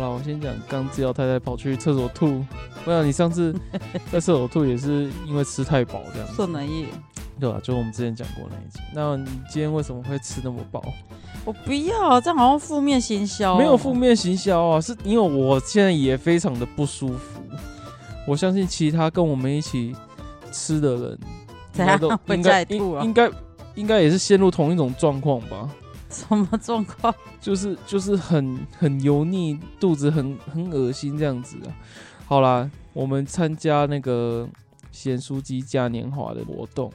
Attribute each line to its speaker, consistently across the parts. Speaker 1: 了，我先讲刚知道太太跑去厕所吐， 没有，你上 次在厕所吐也是因为吃太饱这样
Speaker 2: 做
Speaker 1: 子，
Speaker 2: 能力，
Speaker 1: 对吧、就我们之前讲过那一集。那你今天为什么会吃那么饱？
Speaker 2: 我不要，这样好像负面行销哦、
Speaker 1: 没有负面行销啊，是因为我现在也非常的不舒服。我相信其他跟我们一起吃的人，
Speaker 2: 怎样
Speaker 1: 应该都
Speaker 2: 被
Speaker 1: 应该
Speaker 2: 载吐啊
Speaker 1: 应应该应该也是陷入同一种状况吧。
Speaker 2: 什么状况？
Speaker 1: 就是就是很很油腻，肚子很很恶心这样子啊。好啦，我们参加那个咸酥鸡嘉年华的活动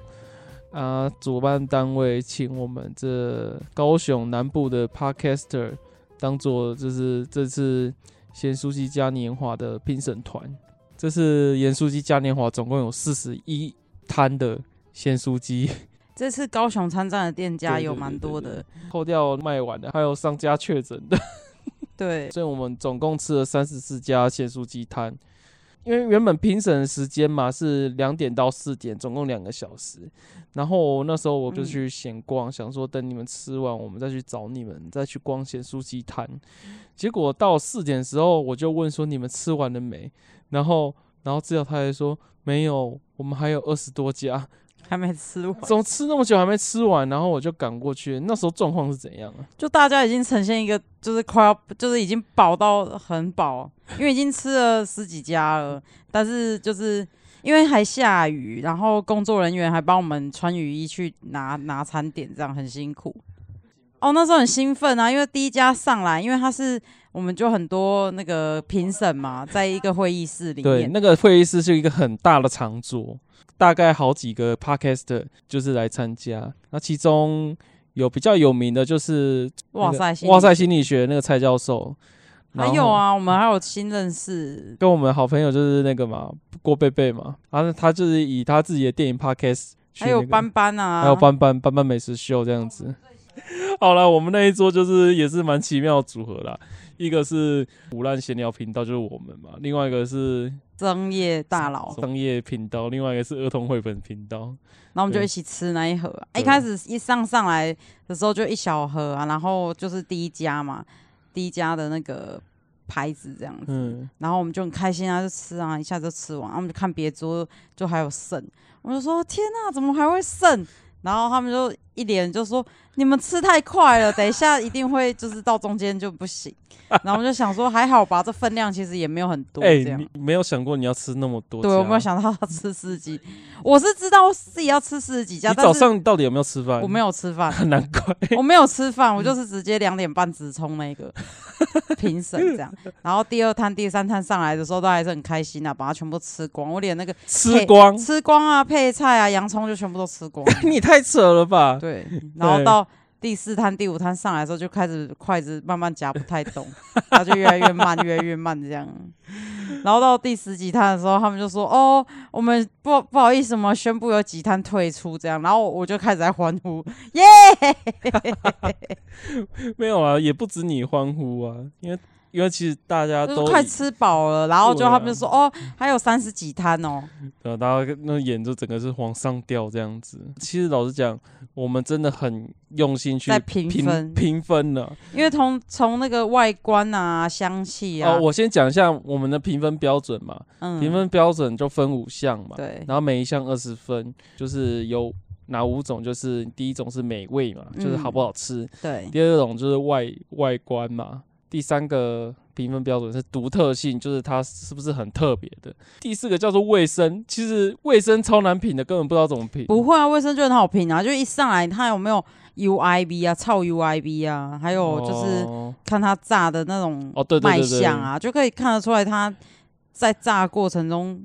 Speaker 1: 啊，主办单位请我们这高雄南部的 Podcaster 当做就是这次咸酥鸡嘉年华的评审团。这次盐酥鸡嘉年华总共有四十一摊的咸酥鸡，
Speaker 2: 这次高雄参战的店家
Speaker 1: 对对
Speaker 2: 有
Speaker 1: 对
Speaker 2: 蛮
Speaker 1: 对
Speaker 2: 多
Speaker 1: 对
Speaker 2: 的，
Speaker 1: 扣掉卖完的，还有商家确诊的。
Speaker 2: 对，
Speaker 1: 所以我们总共吃了三十四家鲜蔬鸡摊。因为原本评审的时间嘛是两点到四点，总共两个小时。然后那时候我就去闲逛，想说等你们吃完，我们再去找你们，再去逛咸酥鸡摊。结果到四点的时候，我就问说你们吃完了没？然后，然后志尧他还说没有，我们还有二十多家，
Speaker 2: 还没吃完，
Speaker 1: 怎么吃那么久还没吃完？然后我就赶过去，那时候状况是怎样啊？
Speaker 2: 就大家已经呈现一个就是快要就是已经饱到很饱，因为已经吃了十几家
Speaker 1: 嗯
Speaker 2: 了，但是就是因为还下雨，然后工作人员还帮我们穿雨衣去拿拿餐点，这样很辛苦。哦，那时候很兴奋啊，因为第一家上来，因为他是我们就很多那个评审嘛，在一个会议室里
Speaker 1: 对，
Speaker 2: 面，
Speaker 1: 那个会议室是一个很大的长桌，大概好几个 podcaster 就是来参加。那其中有比较有名的就是那
Speaker 2: 哇
Speaker 1: 个
Speaker 2: 塞，
Speaker 1: 哇塞心理学那个蔡教授，
Speaker 2: 还
Speaker 1: 然
Speaker 2: 有
Speaker 1: 后
Speaker 2: 啊，我们还有新认识，
Speaker 1: 跟我们好朋友就是那个嘛郭贝贝嘛，然后他就是以他自己的电影 podcast 去、那
Speaker 2: 还有
Speaker 1: 个
Speaker 2: 斑斑啊，
Speaker 1: 还有斑斑斑斑美食秀这样子。好了，我们那一桌就是也是蛮奇妙的组合啦，一个是胡乱闲聊频道，就是我们嘛，另外一个是
Speaker 2: 增业大佬，
Speaker 1: 商业频道，另外一个是儿童绘本频道。
Speaker 2: 然后我们就
Speaker 1: 对
Speaker 2: 一起吃那一盒、啊。
Speaker 1: 对
Speaker 2: 一开始一上上来的时候就一小盒啊，然后就是第一家嘛，第一家的那个牌子这样子，
Speaker 1: 嗯，
Speaker 2: 然后我们就很开心啊，就吃啊，一下就吃完。然后我们就看别桌就还有剩，我就说天哪、怎么还会剩？然后他们就一脸就说：“你们吃太快了，等一下一定会就是到中间就不行。”然后我就想说还好吧，这分量其实也没有很多，
Speaker 1: 哎、
Speaker 2: 这样。
Speaker 1: 你没有想过你要吃那么多？
Speaker 2: 对，我没有。想到要吃四十几，我是知道自己要吃四十几家，
Speaker 1: 你
Speaker 2: 但
Speaker 1: 早
Speaker 2: 是
Speaker 1: 上到底有没有吃饭？
Speaker 2: 我没
Speaker 1: 有，
Speaker 2: 有 吃饭，
Speaker 1: 难 怪。
Speaker 2: 我没有吃饭，我就是直接两点半直冲 那个评审这样。然后第二摊、第三摊上来的时候，都还是很开心啊，把它全部吃光。我连那个
Speaker 1: 吃光，
Speaker 2: 吃光啊、配菜啊、洋葱就全部都吃 光。
Speaker 1: 你太扯了吧？
Speaker 2: 对，然后
Speaker 1: 对
Speaker 2: 到第四摊、第五摊上来的时候，就开始筷子慢慢夹不太动，它就越来越慢，越来越慢这样。然后到第十几摊的时候，他们就说：“哦，我们不不好意思，我们宣布有几摊退出这样。”然后我就开始在欢呼，耶、
Speaker 1: 没有啊，也不止你欢呼啊，因为因为其实大家
Speaker 2: 就是
Speaker 1: 都
Speaker 2: 快吃饱了。然后就
Speaker 1: 对啊
Speaker 2: 他们就说：“哦，还有三十几摊哦。
Speaker 1: 呃，大家那眼就整个是往上吊这样子。其实老实讲，我们真的很用心去
Speaker 2: 在评分
Speaker 1: 评分了。”
Speaker 2: 因为从从那个外观啊、香气啊，
Speaker 1: 哦，我先讲一下我们的评分标准嘛，
Speaker 2: 嗯
Speaker 1: 评、分标准就分五项嘛。
Speaker 2: 对
Speaker 1: 然后每一项二十分，就是有哪五种？就是第一种是美味嘛，就是好
Speaker 2: 嗯
Speaker 1: 不好吃；
Speaker 2: 对
Speaker 1: 第二种就是外外观嘛；第三个评分标准是独特性，就是它是不是很特别的；第四个叫做卫生，其实卫生超难评的，根本不知道怎么评。
Speaker 2: 不会啊，卫生就很好评啊，就一上来它有没有 UIB 啊、超 UIB 啊，还有就是
Speaker 1: 哦
Speaker 2: 看它炸的那种
Speaker 1: 哦对对
Speaker 2: 卖
Speaker 1: 对对
Speaker 2: 相啊，就可以看得出来它在炸的过程中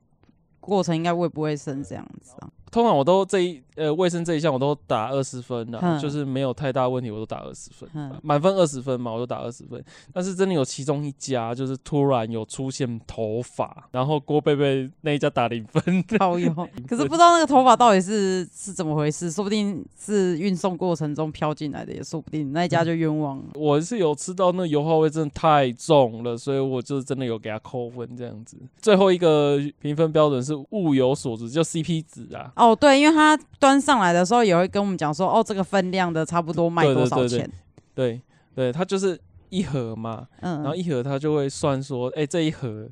Speaker 2: 过程应该卫不卫生这样子啊。
Speaker 1: 通常我都这一呃卫生这一项我都打二十分的，
Speaker 2: 嗯
Speaker 1: 就是没有太大问题，我都打二十分
Speaker 2: 嗯，
Speaker 1: 满分二十分嘛，我就打二十分。但是真的有其中一家就是突然有出现头发，然后郭贝贝那一家打零分，
Speaker 2: 超油，可是不知道那个头发到底是是怎么回事，说不定是运送过程中飘进来的，也说不定那一家就冤枉了。
Speaker 1: 我是有吃到那油耗味真的太重了，所以我就真的有给他扣分这样子。最后一个评分标准是物有所值，就 CP 值啊。
Speaker 2: 哦，对，因为他端上来的时候也会跟我们讲说，哦，这个分量的差不多卖
Speaker 1: 对对
Speaker 2: 多少
Speaker 1: 对
Speaker 2: 钱
Speaker 1: 对。对对，它就是一盒嘛，然后
Speaker 2: 嗯，
Speaker 1: 一盒他就会算说，哎、这一盒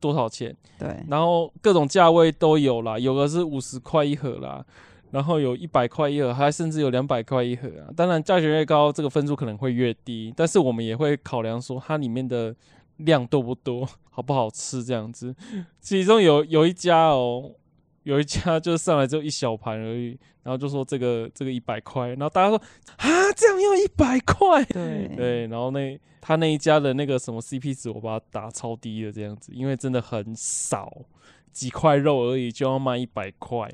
Speaker 1: 多少钱？
Speaker 2: 对，
Speaker 1: 然后各种价位都有啦，有的是五十块一盒啦，然后有一百块一盒，还甚至有两百块一盒啊。当然，价钱越高，这个分数可能会越低，但是我们也会考量说它里面的量多不多，好不好吃这样子。其中有有一家哦，有一家就上来只有一小盘而已，然后就说这个这个一百块，然后大家说啊，这样要一百块，
Speaker 2: 对
Speaker 1: 对，然后那他那一家的那个什么 CP 值，我把它打超低的这样子，因为真的很少，几块肉而已就要卖一百块。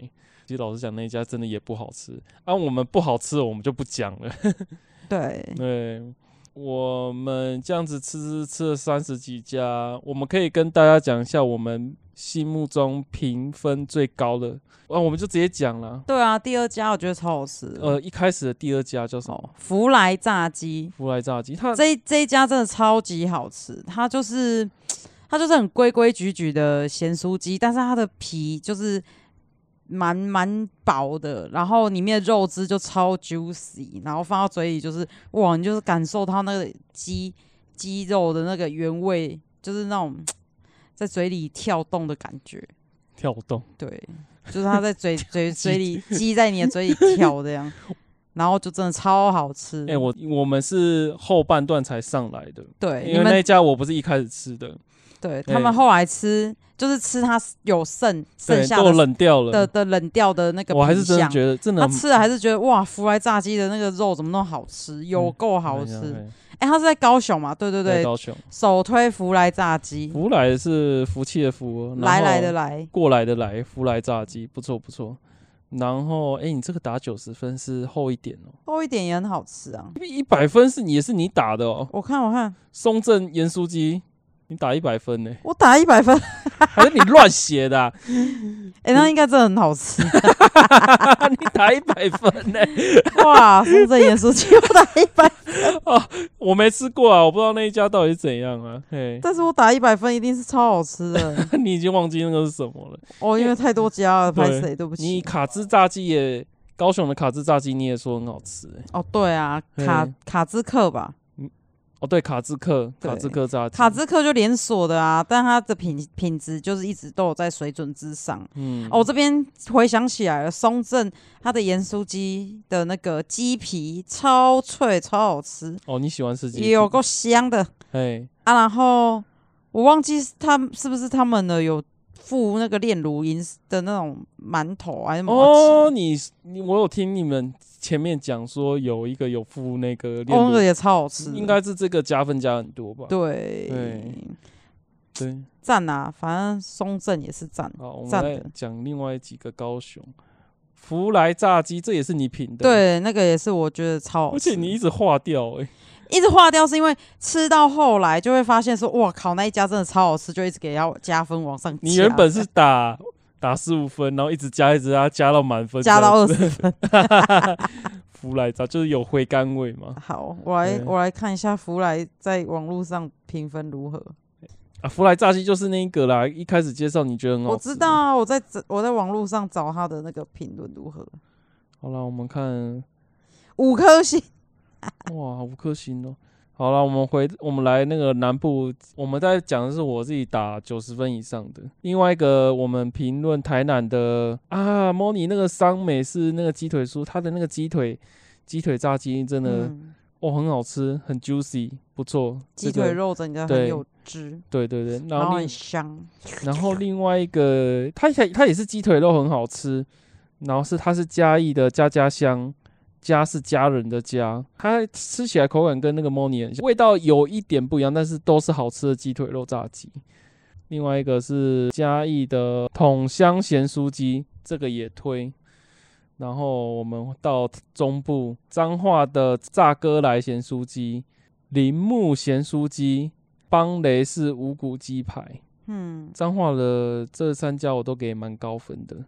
Speaker 1: 其实老实讲，那一家真的也不好吃。啊，我们不好吃，我们就不讲 了。
Speaker 2: 对，
Speaker 1: 对，我们这样子吃吃吃了三十几家，我们可以跟大家讲一下我们心目中评分最高的。啊，我们就直接讲了。
Speaker 2: 对啊，第二家我觉得超好吃的，
Speaker 1: 呃，一开始的第二家叫什么？
Speaker 2: 哦，福来炸鸡，
Speaker 1: 福来炸鸡，它
Speaker 2: 这一这一家真的超级好吃，它就是它就是很规规矩矩的咸酥鸡，但是它的皮就是蛮蛮薄的，然后里面的肉汁就超 juicy，然后放到嘴里就是哇，你就是感受到那个鸡鸡肉的那个原味，就是那种在嘴里跳动的感觉，
Speaker 1: 跳动。
Speaker 2: 对，就是它在嘴嘴嘴里鸡在你的嘴里跳这样， 然后就真的超好吃，
Speaker 1: 哎、我我们是后半段才上来的，
Speaker 2: 对，你
Speaker 1: 因为
Speaker 2: 们
Speaker 1: 那一家我不是一开始吃的，
Speaker 2: 对
Speaker 1: 对
Speaker 2: 他们后来吃，就是吃它有剩剩
Speaker 1: 对，
Speaker 2: 下
Speaker 1: 都
Speaker 2: 的
Speaker 1: 冷掉
Speaker 2: 的
Speaker 1: 了。
Speaker 2: 的冷掉的那个
Speaker 1: 我还是
Speaker 2: 品
Speaker 1: 真的
Speaker 2: 相，
Speaker 1: 觉得真的
Speaker 2: 他吃了还是觉得哇，福来炸鸡的那个肉怎么那么好吃，有
Speaker 1: 嗯
Speaker 2: 够好吃。哎、他是在高雄嘛？对对
Speaker 1: 对，
Speaker 2: 对，
Speaker 1: 高雄
Speaker 2: 首推福来炸鸡，
Speaker 1: 福来是福气的福，
Speaker 2: 来来的
Speaker 1: 来，
Speaker 2: 来，
Speaker 1: 过来的来，福来炸鸡不错不错。然后哎、你这个打九十分是厚一点哦，
Speaker 2: 厚一点也很好吃啊。
Speaker 1: 一百分是你也是你打的哦，
Speaker 2: 我看我看，
Speaker 1: 松正盐酥鸡。你打一百分呢、
Speaker 2: 我打一百分，
Speaker 1: 还是你乱写的、啊？
Speaker 2: 哎、那应该真的很好吃
Speaker 1: 你打一百分呢、
Speaker 2: 哇！松正盐酥鸡我打一百，
Speaker 1: 我没吃过啊，我不知道那一家到底是怎样啊。嘿，
Speaker 2: 但是我打一百分一定是超好吃的
Speaker 1: 你已经忘记那个是什么了。
Speaker 2: 哦，因为太多家 了，
Speaker 1: 对
Speaker 2: 拍谁对不
Speaker 1: 你
Speaker 2: 起。
Speaker 1: 卡兹炸鸡也，高雄的卡兹炸鸡你也说很好吃、欸。
Speaker 2: 哦，对啊，卡
Speaker 1: 对
Speaker 2: 卡兹克吧，
Speaker 1: 哦，对，卡兹克，
Speaker 2: 对
Speaker 1: 卡兹克炸鸡，
Speaker 2: 卡，兹克就连锁的啊，但它的品品质就是一直都有在水准之上。
Speaker 1: 嗯，
Speaker 2: 哦，我这边回想起来了，松正它的盐酥鸡的那个鸡皮超脆，超好吃，
Speaker 1: 哦，你喜欢吃鸡
Speaker 2: 也有够香的
Speaker 1: 哎，
Speaker 2: 啊。然后我忘记是他们是不是他们的有附那个炼乳银的那种馒头还是麻
Speaker 1: 哦，
Speaker 2: 糬，
Speaker 1: 你你我有听你们前面讲说有一个有附那个
Speaker 2: 哦，那个
Speaker 1: 炼
Speaker 2: 也超好吃
Speaker 1: 乳，
Speaker 2: 的，
Speaker 1: 应该是这个加分加很多吧？
Speaker 2: 对
Speaker 1: 对对，
Speaker 2: 赞啊，反正松正也是赞。
Speaker 1: 好，我们
Speaker 2: 赞
Speaker 1: 来
Speaker 2: 的
Speaker 1: 讲另外几个高雄福来炸鸡，这也是你品的，，
Speaker 2: 对，那个也是我觉得超好
Speaker 1: 而
Speaker 2: 吃。
Speaker 1: 且你一直化掉，哎，
Speaker 2: 一直化掉，是因为吃到后来就会发现说，哇靠，那一家真的超好吃，就一直给它加分往上加。
Speaker 1: 你原本是打打十五分，然后一直加一直加，加到满分这样
Speaker 2: 加
Speaker 1: 子，
Speaker 2: 到 二十分。
Speaker 1: 福来炸就是有回甘味嘛。
Speaker 2: 好，我来
Speaker 1: 对
Speaker 2: 我来看一下福来在网络上评分如何。
Speaker 1: 啊，福来炸鸡就是那一个啦，一开始介绍你觉得很好
Speaker 2: 我
Speaker 1: 吃。
Speaker 2: 知道。啊，我在找我在网络上找他的那个评论如何，
Speaker 1: 好啦，我们看，
Speaker 2: 五颗星。
Speaker 1: 哇，五颗星哦。好啦，我们回，我们来那个南部，我们在讲的是我自己打九十分以上的。另外一个，我们评论台南的啊，莫妮那个桑美是那个鸡腿酥，它的那个鸡腿鸡腿炸鸡真的、
Speaker 2: 嗯，
Speaker 1: 哦很好吃，很 juicy，不错。
Speaker 2: 鸡
Speaker 1: 这个
Speaker 2: 腿，肉整个
Speaker 1: 对
Speaker 2: 很有汁，
Speaker 1: 对对对。然
Speaker 2: 然
Speaker 1: 后另
Speaker 2: 后很香。
Speaker 1: 然后另外一个，它也它也是鸡腿肉很好吃，然后是它是嘉义的家家香，家是家人的家，它吃起来口感跟那个 Moni 很像，味道有一点不一样，但是都是好吃的鸡腿肉炸鸡。另外一个是嘉义的桶香咸酥鸡，这个也推。然后我们到中部彰化的炸哥来咸酥鸡、铃木咸酥鸡、邦雷是五谷鸡排。
Speaker 2: 嗯，
Speaker 1: 彰化的这三家我都给蛮高分的，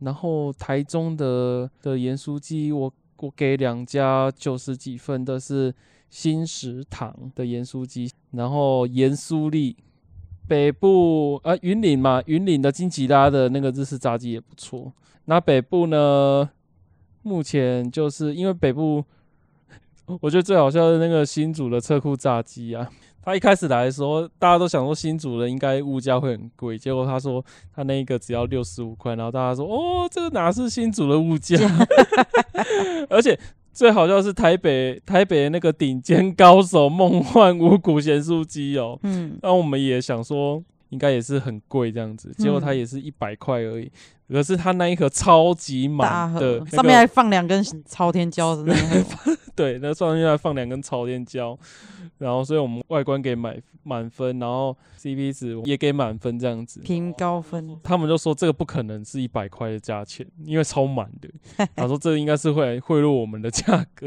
Speaker 1: 然后台中的的盐酥鸡，我我给两家九十几分的是新食堂的盐酥鸡，然后盐酥粒，北部啊云岭嘛，云岭的金吉拉的那个日式炸鸡也不错。那北部呢，目前就是因为北部 我觉得最好笑的是那个新竹的车库炸鸡啊，他一开始来的时候，大家都想说新竹人应该物价会很贵，结果他说他那一个只要六十五块，然后大家说哦，这个哪是新竹的物 价？而且最好笑的是台北台北的那个顶尖高手梦幻五谷咸酥鸡哦，
Speaker 2: 嗯，
Speaker 1: 那我们也想说应该也是很贵这样子，结果它
Speaker 2: 嗯
Speaker 1: 也是一百块而已，可是它那一盒超级
Speaker 2: 大
Speaker 1: 满的、那
Speaker 2: 盒
Speaker 1: 个
Speaker 2: 上面还放两根朝天椒的那一 盒
Speaker 1: 对，那上面还放两根朝天椒，然后所以我们外观给满满分，然后 CP 值也给满分这样子。
Speaker 2: 评高分，
Speaker 1: 他们就说这个不可能是一百块的价钱，因为超满的。他说这应该是会贿赂我们的价格，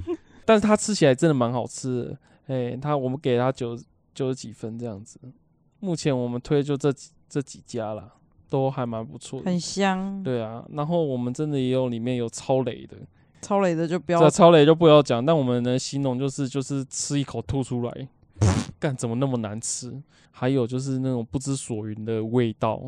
Speaker 1: 但是它吃起来真的蛮好吃的。哎、它我们给它九九十几分这样子。目前我们推就这几这几家啦，都还蛮不错的。
Speaker 2: 很香。
Speaker 1: 对啊，然后我们真的也有里面有超雷的，
Speaker 2: 超雷的就不要
Speaker 1: 这超雷就不要讲，但我们能形容就是就是吃一口吐出来，干怎么那么难吃？还有就是那种不知所云的味道，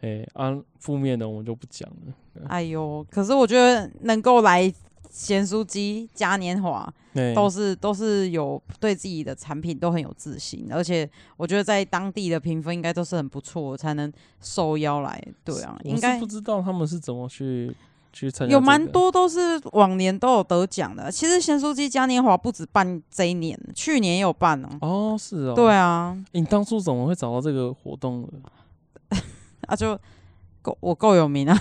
Speaker 1: 哎、啊，负面的我们就不讲了。
Speaker 2: 哎呦，可是我觉得能够来咸酥鸡嘉年华，
Speaker 1: 哎、
Speaker 2: 都是都是有对自己的产品都很有自信，而且我觉得在当地的评分应该都是很不错，才能受邀来。对啊，
Speaker 1: 我
Speaker 2: 应
Speaker 1: 是
Speaker 2: 该
Speaker 1: 不知道他们是怎么去去参加、
Speaker 2: 有蛮。多都是往年都有得奖的。其实咸酥鸡嘉年华不止办这一年，去年也有办哦。
Speaker 1: 哦，是哦，
Speaker 2: 对啊，
Speaker 1: 诶你当初怎么会找到这个活动的？
Speaker 2: 啊就够我够有名啊！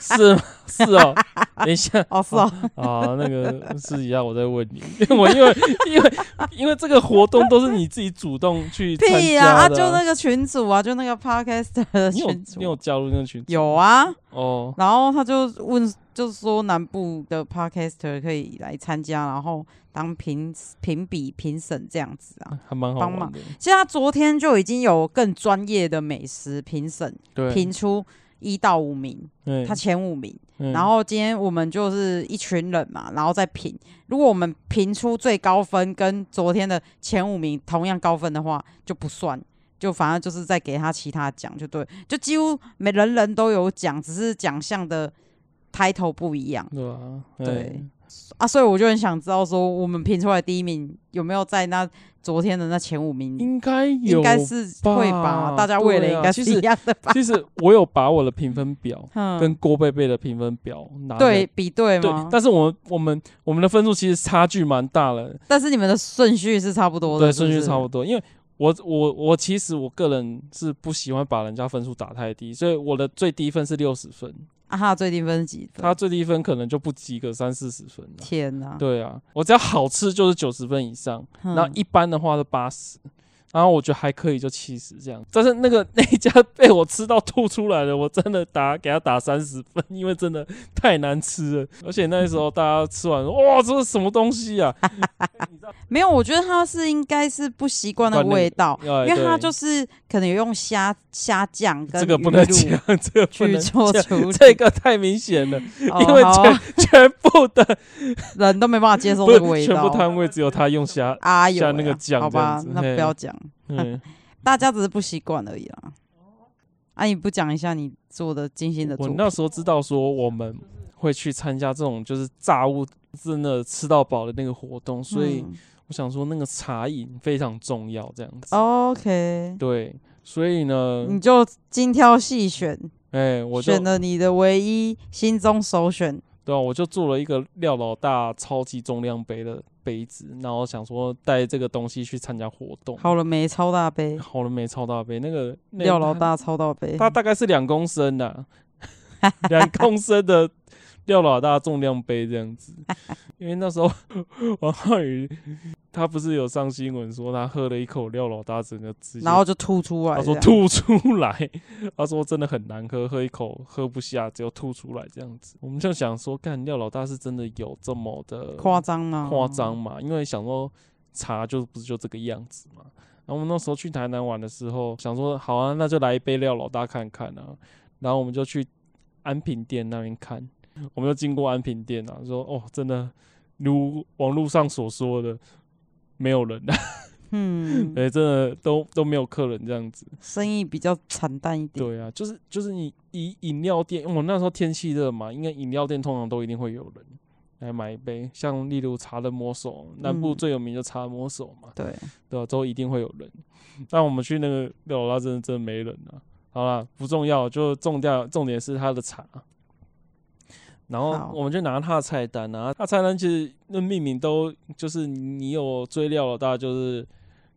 Speaker 1: 是吗是哦，等一下
Speaker 2: 哦是哦，
Speaker 1: 啊，那个私底下我再问你， 因为我因为因为因为这个活动都是你自己主动去参
Speaker 2: 屁呀、
Speaker 1: 加的、
Speaker 2: 啊就那个群主啊，就那个 podcast 的
Speaker 1: 你有
Speaker 2: 群
Speaker 1: 你有
Speaker 2: 主
Speaker 1: 加入那个群组？
Speaker 2: 有啊，
Speaker 1: 哦，
Speaker 2: 然后他就问，就说南部的 podcaster 可以来参加，然后当评评比评审这样子啊。
Speaker 1: 还蛮好
Speaker 2: 帮
Speaker 1: 玩
Speaker 2: 忙
Speaker 1: 的。
Speaker 2: 其实他昨天就已经有更专业的美食评审
Speaker 1: 对，
Speaker 2: 评出一到五名，
Speaker 1: 嗯
Speaker 2: 他前五名。
Speaker 1: 嗯
Speaker 2: 然后今天我们就是一群人嘛，然后再评。如果我们评出最高分跟昨天的前五名同样高分的话，就不算，就反正就是再给他其他奖就对，就几乎每人人都有奖，只是奖项的抬头不一样
Speaker 1: 对吧？
Speaker 2: 对
Speaker 1: 嗯
Speaker 2: 啊。所以我就很想知道说，我们评出来第一名有没有在那昨天的那前五名？
Speaker 1: 应该有
Speaker 2: 应该是会吧，
Speaker 1: 吧
Speaker 2: 大家为了
Speaker 1: 对啊
Speaker 2: 应该
Speaker 1: 其
Speaker 2: 是
Speaker 1: 实
Speaker 2: 一样的吧。
Speaker 1: 其实我有把我的评分表跟
Speaker 2: 嗯，
Speaker 1: 郭贝贝的评分表拿来
Speaker 2: 对比对
Speaker 1: 对
Speaker 2: 吗，？
Speaker 1: 但是我们我们我们的分数其实差距蛮大的，
Speaker 2: 但是你们的顺序是差不多的，
Speaker 1: 对，顺序差不
Speaker 2: 多。
Speaker 1: 多，因为。我我我其实我个人是不喜欢把人家分数打太低，所以我的最低分是六十分，
Speaker 2: 啊，他的最低分是几分？
Speaker 1: 他最低分可能就不及个三四十分了。
Speaker 2: 天呐、
Speaker 1: 对啊，我只要好吃就是九十分以上，
Speaker 2: 嗯
Speaker 1: 然后一般的话是八十，然后我觉得还可以就七十这样。但是那个那一家被我吃到吐出来了，我真的打给他打三十分，因为真的太难吃了。而且那时候大家吃完说，哇，这是什么东西啊？
Speaker 2: 没有，我觉得它是应该是不习惯的
Speaker 1: 惯那个
Speaker 2: 味道，
Speaker 1: 因
Speaker 2: 因为它就是可能有用虾虾酱
Speaker 1: 哎
Speaker 2: 跟
Speaker 1: 这个
Speaker 2: 鱼
Speaker 1: 不能
Speaker 2: 露
Speaker 1: 讲，这个不
Speaker 2: 去
Speaker 1: 能
Speaker 2: 做
Speaker 1: 讲。
Speaker 2: 处理，
Speaker 1: 这个太明显了，
Speaker 2: 哦
Speaker 1: 因为
Speaker 2: 好
Speaker 1: 全 全部的
Speaker 2: 人都没办法接受
Speaker 1: 不
Speaker 2: 这个味
Speaker 1: 是全部
Speaker 2: 道。
Speaker 1: 摊位只有他用虾，
Speaker 2: 啊有
Speaker 1: 像那个酱
Speaker 2: 好
Speaker 1: 这样
Speaker 2: 吧
Speaker 1: 子，
Speaker 2: 那
Speaker 1: 嘿
Speaker 2: 不要讲，
Speaker 1: 嗯，
Speaker 2: 大家只是不习惯而已啦。啊，你不讲一下你做的精心的
Speaker 1: 我
Speaker 2: 作品
Speaker 1: 那时候知道说我们会去参加这种就是炸物真的吃到饱的那个活动，所以
Speaker 2: 嗯
Speaker 1: 我想说那个茶饮非常重要，这样子。
Speaker 2: 哦嗯 OK，
Speaker 1: 对，所以呢，
Speaker 2: 你就精挑细选，
Speaker 1: 哎、嗯我就
Speaker 2: 选了你的唯一心中首选。
Speaker 1: 对啊，我就做了一个廖老大超级重量杯的杯子，然后想说带这个东西去参加活动。
Speaker 2: 好了没？超大杯，
Speaker 1: 好了没，超大杯那个那
Speaker 2: 廖老
Speaker 1: 它
Speaker 2: 大超大杯，
Speaker 1: 它大概是两公升呐、 两公升的廖老大重量杯这样 子。因为那时候王浩宇他不是有上新闻说他喝了一口廖老大，整个直接
Speaker 2: 然后就吐出来
Speaker 1: 他
Speaker 2: 这
Speaker 1: 说
Speaker 2: 样。
Speaker 1: 吐出来，他说真的很难喝，喝一口喝不下，只有吐出来这样子。我们就想说，干廖老大是真的有这么的
Speaker 2: 夸张啊吗？
Speaker 1: 夸张嘛，因为想说茶就不是就这个样子嘛。然后我们那时候去台南玩的时候，想说好啊，那就来一杯廖老大看看啊。然后我们就去安平店那边看，我们就经过安平店啊，说哦，真的如网络上所说的，没有人啊，
Speaker 2: 嗯，
Speaker 1: 哎、真的都都没有客人这样子。
Speaker 2: 生意比较惨淡一点。
Speaker 1: 对啊，就是就是你以饮料店，我那时候天气热嘛，应该饮料店通常都一定会有人，来买一杯，像例如茶的魔手，南部
Speaker 2: 嗯
Speaker 1: 最有名就茶的魔手嘛，
Speaker 2: 对，
Speaker 1: 对吧、啊都一定会有人。 但我们去那个六老大真的真的没人啊。好啦，不重要，就重掉重点是他的茶。然后
Speaker 2: 好
Speaker 1: 我们就拿他的菜单啊，他菜单其实那命名都就是你有追料老大，就是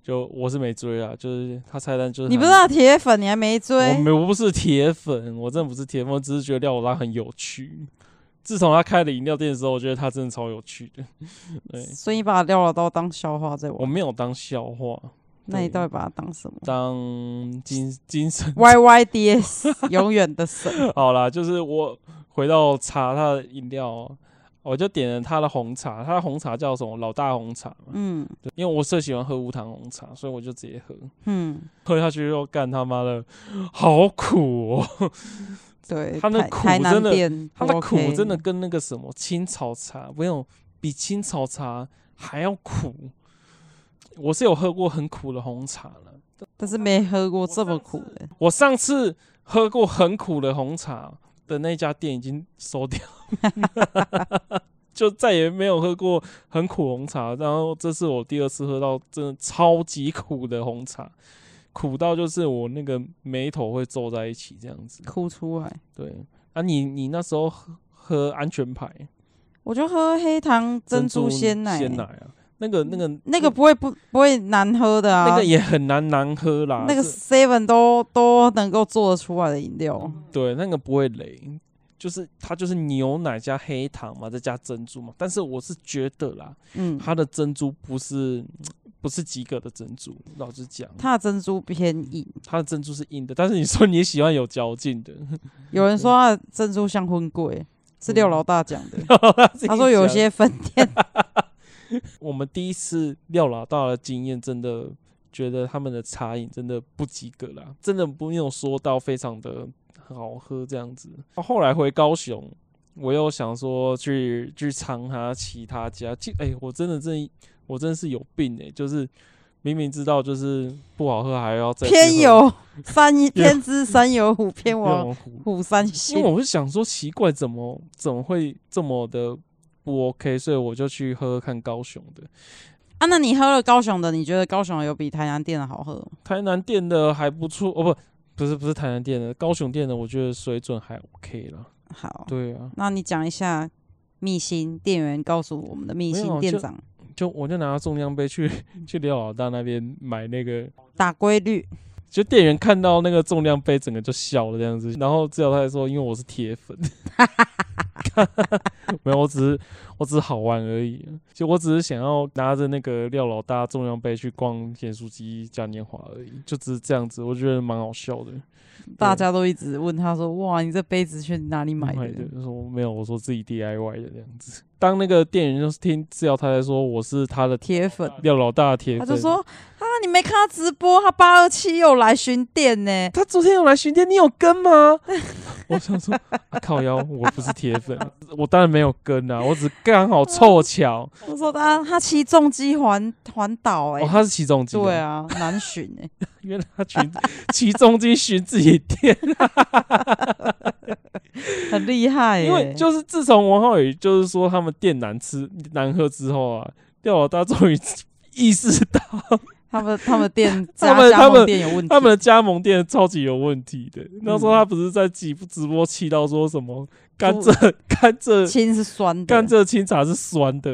Speaker 1: 就我是没追啊，就是他菜单就是
Speaker 2: 你不
Speaker 1: 他
Speaker 2: 是他铁粉，你还没
Speaker 1: 我
Speaker 2: 追，
Speaker 1: 没我不是铁粉，我真的不是铁粉，我只是觉得廖老大很有趣。自从他开了饮料店的时候，我觉得他真的超有趣的。对，
Speaker 2: 所以你把廖老刀当笑话在
Speaker 1: 我
Speaker 2: 玩，
Speaker 1: 没有当笑话，
Speaker 2: 那你
Speaker 1: 对
Speaker 2: 到底把它当什么
Speaker 1: 当精精神。
Speaker 2: ？Y Y D S 永远的神，
Speaker 1: 好啦，就是我回到茶他的饮料哦、我就点了他的红茶，他的红茶叫什么？老大红茶嘛。
Speaker 2: 嗯
Speaker 1: 对，因为我最喜欢喝无糖红茶，所以我就直接喝，
Speaker 2: 嗯，
Speaker 1: 喝下去又干他妈的好苦哦、
Speaker 2: 对，
Speaker 1: 它那
Speaker 2: 台
Speaker 1: 苦
Speaker 2: 台南
Speaker 1: 真的
Speaker 2: 店
Speaker 1: 它的
Speaker 2: 我
Speaker 1: 苦
Speaker 2: OK
Speaker 1: 真的跟那个什么青草茶没有比青草茶还要苦。我是有喝过很苦的红茶了，
Speaker 2: 但是没喝过这么苦的。
Speaker 1: 我上次喝过很苦的红茶的那家店已经收掉了 就再也没有喝过很苦红茶。然后这是我第二次喝到真的超级苦的红茶，苦到就是我那个眉头会皱在一起这样子。
Speaker 2: 哭出来。
Speaker 1: 对，啊你，你那时候喝喝安全牌，
Speaker 2: 我就喝黑糖珍珠鲜奶，嗯
Speaker 1: 鲜奶啊，那个那个
Speaker 2: 那个不会不不会难喝的啊，
Speaker 1: 那个也很难难喝啦，
Speaker 2: 那个
Speaker 1: 啊是
Speaker 2: Seven 都都能够做得出来的饮料，
Speaker 1: 对那个不会雷，就是它就是牛奶加黑糖嘛，再加珍珠嘛，但是我是觉得啦，
Speaker 2: 嗯，
Speaker 1: 它的珍珠不是。不是及格的珍珠，老实讲，
Speaker 2: 它的珍珠偏硬，
Speaker 1: 它的珍珠是硬的，但是你说你喜欢有嚼劲的，
Speaker 2: 有人说它的珍珠像荤桂，是
Speaker 1: 嗯
Speaker 2: 廖老大讲的， 他
Speaker 1: 他
Speaker 2: 说有 些分店
Speaker 1: 我们第一次廖老大的经验，真的觉得他们的茶饮真的不及格啦，真的没有说到非常的好喝这样子。后来回高雄，我又想说去去尝他其他家，其哎、我真的真我真的是有病哎、就是明明知道就是不好喝，还要再去喝
Speaker 2: 偏油 三天之三油虎偏王
Speaker 1: 用壶
Speaker 2: 虎三
Speaker 1: 因
Speaker 2: 星
Speaker 1: 为，我是想说奇怪，怎么怎么会这么的不 OK，所以我就去喝喝看高雄的。
Speaker 2: 啊，那你喝了高雄的，你觉得高雄有比台南店的好喝吗？
Speaker 1: 台南店的还不错，哦不，不是不是台南店的，高雄店的我觉得水准还 OK 了。
Speaker 2: 好，
Speaker 1: 对啊，
Speaker 2: 那你讲一下密星店员告诉我们的密
Speaker 1: 没有
Speaker 2: 星
Speaker 1: 就
Speaker 2: 店长
Speaker 1: 就我就拿中央杯去 去廖老大那边买那个，
Speaker 2: 打规律，
Speaker 1: 就店员看到那个重量杯，整个就笑了这样子。然后只有他还说，因为我是铁粉， 没有，我只是我只是好玩而已。就我只是想要拿着那个廖老大重量杯去逛田书记嘉年华而已，就只是这样子，我觉得蛮好笑的。
Speaker 2: 大
Speaker 1: 对
Speaker 2: 家都一直问他说：“哇，你这杯子去哪里买
Speaker 1: 的
Speaker 2: 的？”
Speaker 1: 就说没有，我说自己 DIY 的这样子。 当那个店员就是听资料，他在说我是他的
Speaker 2: 铁粉，
Speaker 1: 廖老大的铁
Speaker 2: 他
Speaker 1: 粉，
Speaker 2: 就说：“啊，你没看他直播，他八二七又来巡店呢。
Speaker 1: 他昨天有来巡店，你有跟吗？ 我想说、啊靠腰，我不是铁粉，啊我当然没有跟啊，我只刚好凑巧”
Speaker 2: 我说：“他他骑重机环环岛哎、
Speaker 1: 哦，他是起重机、
Speaker 2: 对，啊，难寻哎、
Speaker 1: 原来他巡起重机巡自己店，
Speaker 2: 很厉害、欸。
Speaker 1: 因为就是自从王浩宇就是说他们店难吃难喝之后啊，廖老大终于意识到
Speaker 2: 他们他们店
Speaker 1: 他
Speaker 2: 加
Speaker 1: 们
Speaker 2: 加
Speaker 1: 他们
Speaker 2: 盟店有问 题，
Speaker 1: 他们的加盟店超级有问题的。那时候他不是在直直播气到说什么甘
Speaker 2: 嗯不
Speaker 1: 蔗甘蔗
Speaker 2: 亲是酸的，啊
Speaker 1: 甘蔗清茶是酸的，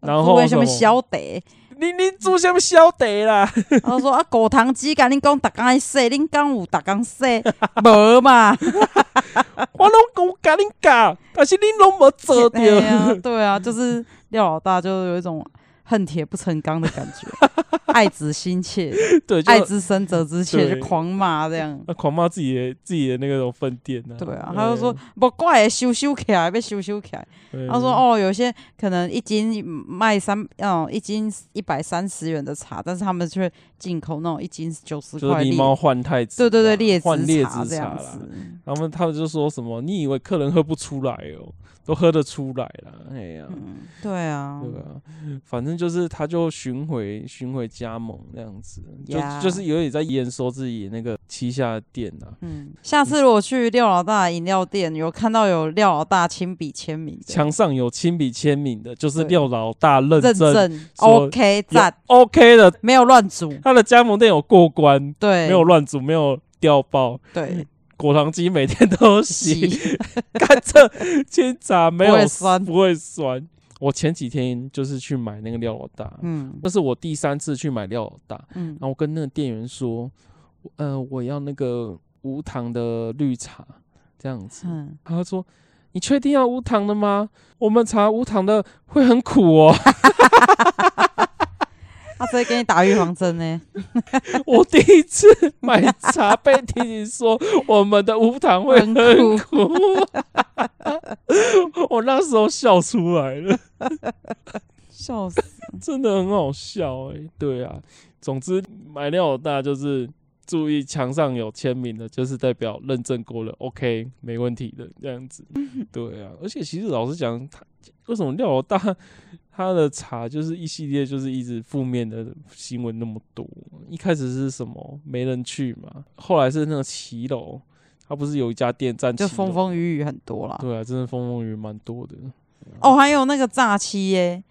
Speaker 1: 然
Speaker 2: 不
Speaker 1: 后
Speaker 2: 为
Speaker 1: 什
Speaker 2: 什
Speaker 1: 么
Speaker 2: 么小得？
Speaker 1: 你你煮什么小得啦？
Speaker 2: 他说：“啊，果糖机赶紧讲，大刚爱说，恁讲有大刚说， 无嘛。”
Speaker 1: 我拢讲我跟你讲，但是你拢没做 到。
Speaker 2: 对啊，对啊，就是廖老大就有一种恨铁不成钢的感 觉，爱子心切，
Speaker 1: 对，就
Speaker 2: 爱之深责之切，
Speaker 1: 对
Speaker 2: 就狂骂 这样。
Speaker 1: 那狂骂自己的自己的那个分店呢、
Speaker 2: 对啊，他就说不怪修修起来，被修修起来。
Speaker 1: 对，
Speaker 2: 他说哦，有些可能一斤卖三，哦，一斤一百三十元的茶，但是他们却进口那种一斤九十
Speaker 1: 就是
Speaker 2: 块
Speaker 1: 狸
Speaker 2: 劣，
Speaker 1: 猫换太子，啊
Speaker 2: 对对对，劣
Speaker 1: 换
Speaker 2: 质
Speaker 1: 劣
Speaker 2: 茶
Speaker 1: 质
Speaker 2: 这
Speaker 1: 茶
Speaker 2: 样
Speaker 1: 啦。嗯
Speaker 2: 子。
Speaker 1: 他们他们就说什么，你以为客人喝不出来哦，都喝得出来啦，哎呀、
Speaker 2: 嗯，对啊，
Speaker 1: 对啊，反正就是他就巡回巡回加盟那样子，就
Speaker 2: Yeah
Speaker 1: 啊就是有点在验收自己那个旗下的店啊，
Speaker 2: 嗯，下次如果去廖老大的饮料店，有看到有廖老大亲笔签名的，
Speaker 1: 墙上有亲笔签名的，就是
Speaker 2: 对
Speaker 1: 廖老大认
Speaker 2: 认
Speaker 1: 证
Speaker 2: 证
Speaker 1: 说
Speaker 2: OK
Speaker 1: 有
Speaker 2: 赞，
Speaker 1: OK 的，
Speaker 2: 没有乱煮，
Speaker 1: 他的加盟店有过关，
Speaker 2: 对，
Speaker 1: 没有乱煮，没有掉爆。
Speaker 2: 对，
Speaker 1: 果糖机每天都 有洗，
Speaker 2: 洗
Speaker 1: 甘蔗清茶没有
Speaker 2: 不会酸
Speaker 1: 不会酸。我前几天就是去买那个廖老大，
Speaker 2: 嗯
Speaker 1: 那是我第三次去买廖老大，
Speaker 2: 嗯
Speaker 1: 然后我跟那个店员说，呃，我要那个无糖的绿茶，这样子。
Speaker 2: 嗯，
Speaker 1: 然后他说：“你确定要无糖的吗？我们茶无糖的会很苦哦。
Speaker 2: 他直接给你打预防针呢，”
Speaker 1: 我第一次 买茶被提醒说 我们的无糖会很
Speaker 2: 很苦，
Speaker 1: 苦， 我那时候笑出来了。
Speaker 2: 笑死，
Speaker 1: 真的很好笑哎、对啊，总之买料大就是注意墙上有签名的，就是代表认证过了，OK，没问题的这样子。
Speaker 2: 嗯
Speaker 1: 对啊，而且其实老实讲，他为什么廖老大他的茶就是一系列就是一直负面的新闻那么多？一开始是什么没人去嘛，后来是那个骑楼，他不是有一家店站
Speaker 2: 就
Speaker 1: 骑
Speaker 2: 风
Speaker 1: 楼
Speaker 2: 风雨雨很多啦。
Speaker 1: 哦对啊，啊真的风风雨雨蛮多的。
Speaker 2: 哦，还有那个炸鸡耶，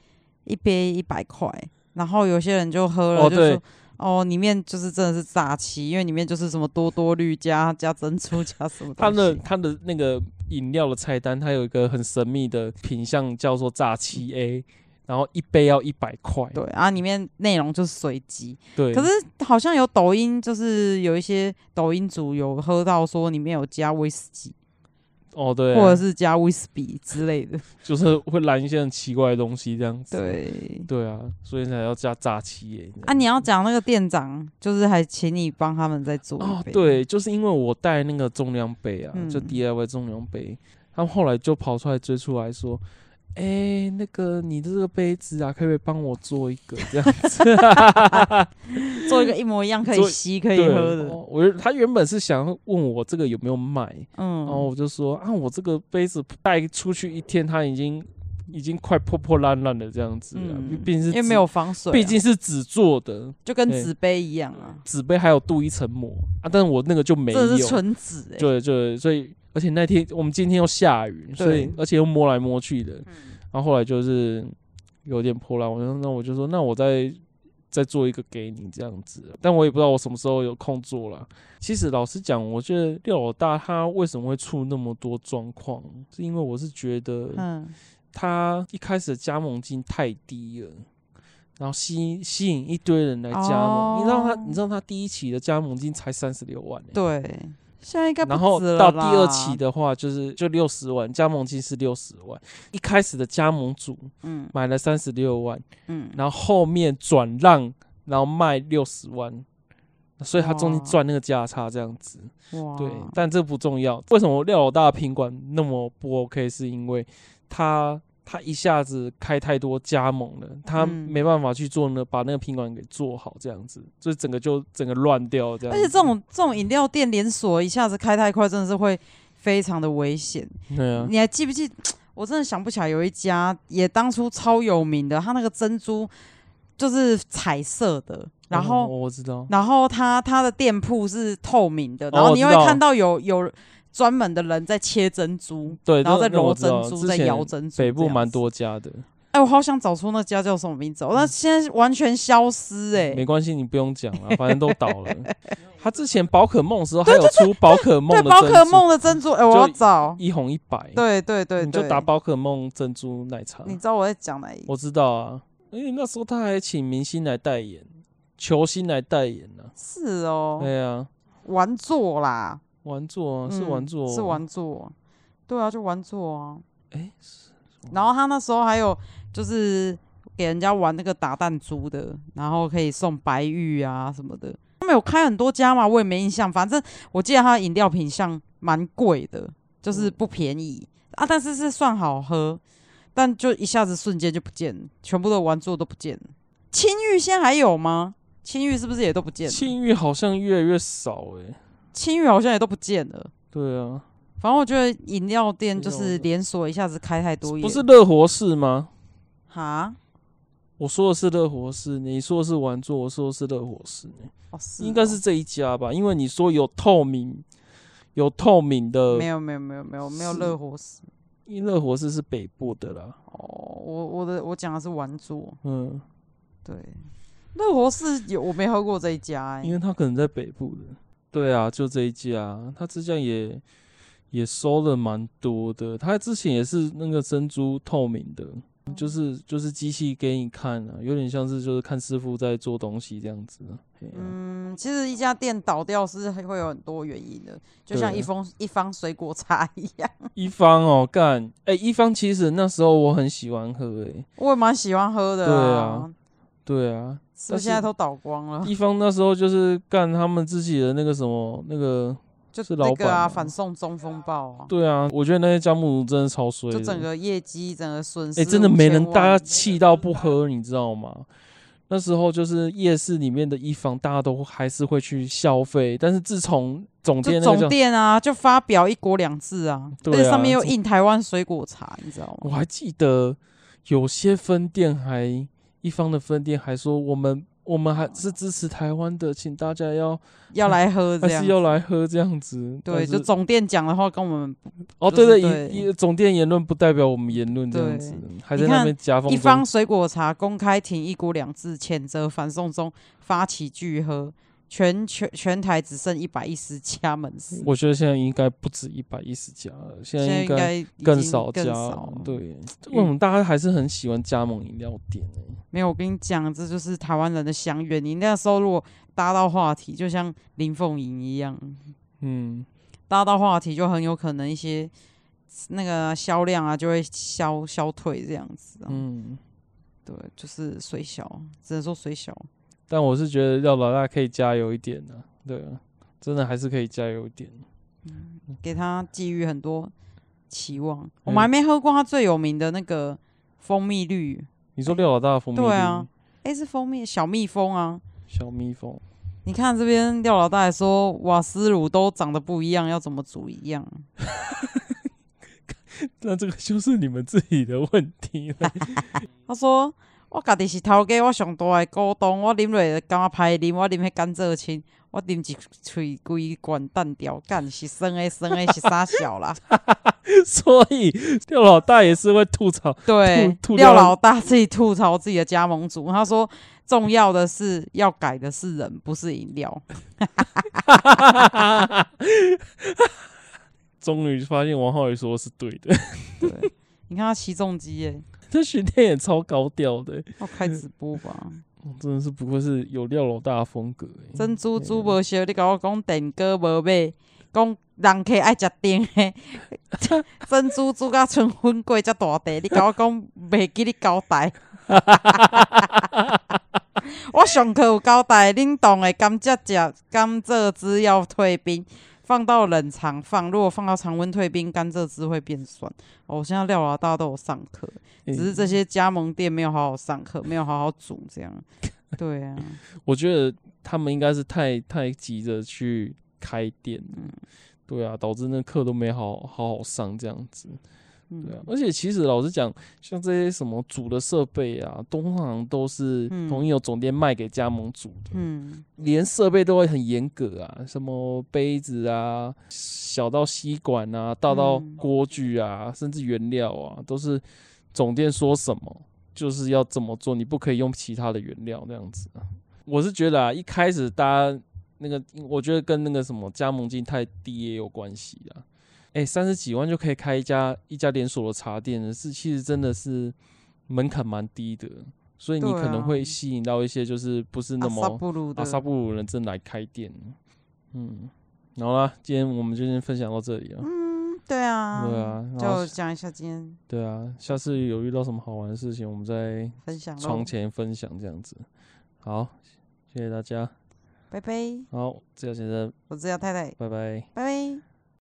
Speaker 2: 一杯一百块，然后有些人就喝了，
Speaker 1: 哦
Speaker 2: 就
Speaker 1: 对
Speaker 2: 说哦，里面就是真的是炸鸡，因为里面就是什么多多绿加加珍珠 加什么
Speaker 1: 它
Speaker 2: 东
Speaker 1: 的
Speaker 2: 西。
Speaker 1: 它的那个饮料的菜单，它有一个很神秘的品相，叫做炸七 A，然后一杯要一百块。
Speaker 2: 对啊，里面内容就是随机，
Speaker 1: 对，
Speaker 2: 可是好像有抖音，就是有一些抖音组有喝到说里面有加威士忌，
Speaker 1: 哦对
Speaker 2: 或
Speaker 1: 啊，
Speaker 2: 者是加威士比之类的。
Speaker 1: 就是会拦一些很奇怪的东西这样子。
Speaker 2: 对，
Speaker 1: 对啊，所以才要加炸七 A。
Speaker 2: 啊，你要讲那个店长，就是还请你帮他们再做
Speaker 1: 哦
Speaker 2: 一杯。，
Speaker 1: 对，就是因为我带那个重量杯啊，
Speaker 2: 嗯
Speaker 1: 就 DIY 重量杯，他们后来就跑出来追出来说。哎、那个你的这个杯子啊，可不可以帮我做一个这样 子？
Speaker 2: 做一个一模一样可以
Speaker 1: 做
Speaker 2: 吸可以
Speaker 1: 对，
Speaker 2: 喝的。
Speaker 1: 哦我就他原本是想要问我这个有没有卖，
Speaker 2: 嗯，
Speaker 1: 然后我就说啊，我这个杯子带出去一天，它已经已经快破破烂烂的这样子了，毕毕竟是
Speaker 2: 嗯因为
Speaker 1: 纸
Speaker 2: 没有，防水啊、
Speaker 1: 毕竟是纸做的，
Speaker 2: 就跟
Speaker 1: 对
Speaker 2: 纸杯一样啊，
Speaker 1: 纸杯还有镀一层膜啊，但是我那个就没有，
Speaker 2: 这是纯纸哎、
Speaker 1: 对对，所以而且那天我们今天又下雨，所以
Speaker 2: 对
Speaker 1: 而且又摸来摸去的，
Speaker 2: 嗯
Speaker 1: 然后后来就是有点破烂，我就那我就说那我再再做一个给你这样子，啊但我也不知道我什么时候有空做啦。其实老实讲，我觉得廖老大他为什么会出那么多状况，是因为我是觉得
Speaker 2: 嗯，
Speaker 1: 他一开始的加盟金太低了。然后吸吸引一堆人来加盟，你知道他，
Speaker 2: 哦
Speaker 1: 你知道他第一期的加盟金才三十六万、欸，
Speaker 2: 对，现在应该不
Speaker 1: 然后
Speaker 2: 止了
Speaker 1: 到
Speaker 2: 啦
Speaker 1: 第二期，的话，就是就六十万，加盟金是六十万。一开始的加盟组
Speaker 2: 嗯
Speaker 1: 买了三十六万，
Speaker 2: 嗯，
Speaker 1: 然后后面转让，然后卖六十万，所以他中间
Speaker 2: 哇
Speaker 1: 赚那个价差这样子。
Speaker 2: 哇，
Speaker 1: 对，但这不重要。为什么廖老大的品管那么不 OK？是因为他他一下子开太多加盟了，他
Speaker 2: 嗯
Speaker 1: 没办法去做呢，把那个品管给做好这样子，所以整个就整个乱掉这样
Speaker 2: 而
Speaker 1: 子。
Speaker 2: 且这种这种饮料店连锁一下子开太快，真的是会非常的危险。
Speaker 1: 对啊，
Speaker 2: 你还记不记？我真的想不起来有一家也当初超有名的，它那个珍珠就是彩色的，然后。
Speaker 1: 哦我知道，
Speaker 2: 然后它它的店铺是透明的，然
Speaker 1: 哦我
Speaker 2: 后你
Speaker 1: 知
Speaker 2: 会
Speaker 1: 道
Speaker 2: 看到有有专门的人在切珍珠，
Speaker 1: 对，
Speaker 2: 然后
Speaker 1: 那
Speaker 2: 在
Speaker 1: 那我
Speaker 2: 揉
Speaker 1: 知道
Speaker 2: 珍珠，
Speaker 1: 之
Speaker 2: 在
Speaker 1: 前
Speaker 2: 摇珍珠。
Speaker 1: 北部
Speaker 2: 这样
Speaker 1: 蛮
Speaker 2: 子。
Speaker 1: 多家 的，
Speaker 2: 哎，我好想找出那家叫什么名字哦，那现在完全消失哎、
Speaker 1: 没关系，你不用讲了，反正都倒 了。他之前宝可梦的时候还有出宝可梦
Speaker 2: 对，
Speaker 1: 的
Speaker 2: 宝可
Speaker 1: 珍珠，
Speaker 2: 梦的珍珠，哎，我要
Speaker 1: 就
Speaker 2: 找。
Speaker 1: 一红一白，
Speaker 2: 对对对
Speaker 1: 你就
Speaker 2: 对，
Speaker 1: 打宝可梦珍珠奶茶。
Speaker 2: 你知道我在讲哪一个？
Speaker 1: 我知道啊，而且那时候他还请明星来代言，球星来代言呢。
Speaker 2: 是哦，
Speaker 1: 对啊，
Speaker 2: 玩座啦，
Speaker 1: 玩座啊，
Speaker 2: 嗯
Speaker 1: 是玩座，
Speaker 2: 是玩座，对啊，就玩座啊。
Speaker 1: 哎，
Speaker 2: 然后他那时候还有就是给人家玩那个打弹珠的，然后可以送白玉啊什么的。他们有开很多家嘛，我也没印象。反正我记得他的饮料品相蛮贵的，
Speaker 1: 嗯
Speaker 2: 就是不便宜、啊，但是是算好喝，但就一下子瞬间就不见了，全部的玩座都不见了。青玉现在还有吗？青玉是不是也都不见了？
Speaker 1: 庆玉好像越来越少哎。
Speaker 2: 青玉好像也都不见了。
Speaker 1: 对啊，
Speaker 2: 反正我觉得饮料店就
Speaker 1: 没有
Speaker 2: 是连锁一下子开太多也
Speaker 1: 不是乐活市吗？
Speaker 2: 哈
Speaker 1: 我说的是乐活市，你说的是玩座，我说的是乐活市，
Speaker 2: 哦是
Speaker 1: 应该
Speaker 2: 哦
Speaker 1: 是这一家吧？因为你说有透明，有透明的
Speaker 2: 哦没，有没有没有没有没有
Speaker 1: 呃是
Speaker 2: 乐活市
Speaker 1: 因为乐活市是北部的啦，
Speaker 2: 哦，我我的我讲的是玩桌，
Speaker 1: 嗯，
Speaker 2: 对，乐活市有我没喝过这一家、欸，
Speaker 1: 因为他可能在北部的，对啊，就这一家，他之前也也收了蛮多的，他之前也是那个珍珠透明的，就是就是机器给你看啊，有点像是就是看师傅在做东西这样子啊，嘿啊
Speaker 2: 嗯，其实一家店倒掉是会有很多原因的，就像
Speaker 1: 对
Speaker 2: 一封一方水果茶一样，
Speaker 1: 一方哦，干，哎、一方其实那时候我很喜欢喝、哎，
Speaker 2: 我也蛮喜欢喝的、
Speaker 1: 对啊，对啊，
Speaker 2: 是不
Speaker 1: 但
Speaker 2: 是现在
Speaker 1: 是
Speaker 2: 都倒 光了？
Speaker 1: 一方那时候就是干他们自己的那个什么那个，
Speaker 2: 就是
Speaker 1: 老
Speaker 2: 那
Speaker 1: 板
Speaker 2: 个啊，
Speaker 1: 吗
Speaker 2: 反送中风暴啊，
Speaker 1: 对啊，我觉得那些姜母乳真的超衰的，
Speaker 2: 就整个业绩整个损失，
Speaker 1: 哎、真的没人，大家气到不喝，你知道吗？那时候就是夜市里面的一方，大家都还是会去消费，但是自从总
Speaker 2: 就
Speaker 1: 店那个
Speaker 2: 总
Speaker 1: 叫，
Speaker 2: 店啊，就发表一国两制啊，
Speaker 1: 对啊嗯
Speaker 2: 但是上面又印台湾水果茶，你知道
Speaker 1: 我
Speaker 2: 吗？
Speaker 1: 还记得有些分店还一方的分店还说我们我们还是支持台湾的，请大家要
Speaker 2: 要来喝
Speaker 1: 还
Speaker 2: 这样
Speaker 1: 是，要来喝这样子。
Speaker 2: 对，
Speaker 1: 但是
Speaker 2: 就总店讲的话跟我们
Speaker 1: 哦，
Speaker 2: 就
Speaker 1: 对
Speaker 2: 是
Speaker 1: 对，
Speaker 2: 对
Speaker 1: 以以总店言论不代表我们言论这样子，还在
Speaker 2: 你
Speaker 1: 那
Speaker 2: 看
Speaker 1: 边夹缝
Speaker 2: 一
Speaker 1: 中
Speaker 2: 方水果茶公开挺一国两制，谴责反送中，发起聚合，全全全台只剩一百一十家门市，
Speaker 1: 我觉得现在应该不止一百一十家了，现
Speaker 2: 现
Speaker 1: 在
Speaker 2: 在
Speaker 1: 应
Speaker 2: 应
Speaker 1: 该
Speaker 2: 该已
Speaker 1: 更
Speaker 2: 经
Speaker 1: 少家了
Speaker 2: 更少。，，
Speaker 1: 对，为什么大家还是很喜欢加盟饮料店呢、
Speaker 2: 没有，我跟你讲，这就是台湾人的乡愿。你那时候如果搭到话题，就像林凤营一样，
Speaker 1: 嗯，
Speaker 2: 搭到话题就很有可能一些那个销量啊就会消消退这样子、啊。
Speaker 1: 嗯，
Speaker 2: 对，就是水小，只能说水小。
Speaker 1: 但我是觉得廖老大可以加油一点呢、对啊，真的还是可以加油一点。嗯
Speaker 2: 给他寄予很多期望。我们还没喝过他最有名的那个蜂蜜绿，
Speaker 1: 你说廖老大的蜂蜜
Speaker 2: 对啊
Speaker 1: 冰，
Speaker 2: 诶，是蜂蜜小蜜蜂啊。
Speaker 1: 小蜜蜂，
Speaker 2: 你看这边廖老大还说瓦斯炉都长得不一样，要怎么煮一样？
Speaker 1: 那这个就是你们自己的问题了。
Speaker 2: 他说我家己是头家，我上大的股东，我啉落就感觉歹啉，我啉迄甘蔗青，我啉一喙规罐淡掉，干是酸的酸的是啥 小啦？
Speaker 1: 所以廖老大也是会吐槽，
Speaker 2: 对
Speaker 1: 吐，掉
Speaker 2: 廖
Speaker 1: 了
Speaker 2: 老大自己吐槽自己的加盟主，他说重要的是要改的是人，不是饮料。
Speaker 1: 终于发现王浩宇说的是对的。
Speaker 2: 对，你看他起重机耶，
Speaker 1: 这巡店也超高调的、
Speaker 2: 要开直播吧？
Speaker 1: 哦真的是不愧是有廖老大的风格、欸。
Speaker 2: 珍珠猪无烧，你甲我讲电哥无买，讲人客爱食甜的，珍珠猪甲剩粉粿遮大块，你甲我讲袂记你交代。 我上课有交代，冷冻的甘蔗汁、甘蔗汁要退冰，放到冷藏放。如果放到常温退冰，甘蔗汁会变酸。哦，现在料啊，大家都有上课，
Speaker 1: 欸
Speaker 2: 只是这些加盟店没有好好上课，没有好好煮 这样。对啊，
Speaker 1: 欸我觉得他们应该是太太急着去开店了，
Speaker 2: 嗯
Speaker 1: 对啊，导致那课都没好好好上这样子，
Speaker 2: 嗯
Speaker 1: 对啊。而且其实老实讲，像这些什么组的设备啊，通常都是
Speaker 2: 嗯
Speaker 1: 统一有总店卖给加盟组的，
Speaker 2: 嗯，
Speaker 1: 连设备都会很严格啊，什么杯子啊，小到吸管啊，大到
Speaker 2: 嗯
Speaker 1: 锅具啊，甚至原料啊，都是总店说什么就是要怎么做，你不可以用其他的原料这样子啊。我是觉得啊，一开始大家那个，我觉得跟那个什么加盟金太低也有关系啊。哎、三十几万就可以开一家一家连锁的茶店了，是其实真的是门槛蛮低的，所以你
Speaker 2: 对
Speaker 1: 可能
Speaker 2: 啊
Speaker 1: 会吸引到一些就是不是那
Speaker 2: 阿
Speaker 1: 么、
Speaker 2: 萨布鲁的
Speaker 1: 阿萨布鲁人正来开店。嗯，然后啦，今天我们就先分享到这里了。
Speaker 2: 嗯，对啊，
Speaker 1: 对啊，然后
Speaker 2: 就讲一下今天
Speaker 1: 对啊，下次有遇到什么好玩的事情，我们再
Speaker 2: 分享喽
Speaker 1: 床，前分享这样子。好，谢谢大家。
Speaker 2: 拜拜，
Speaker 1: 好，这样先生，
Speaker 2: 我是姚太太，
Speaker 1: 拜拜。
Speaker 2: 拜拜。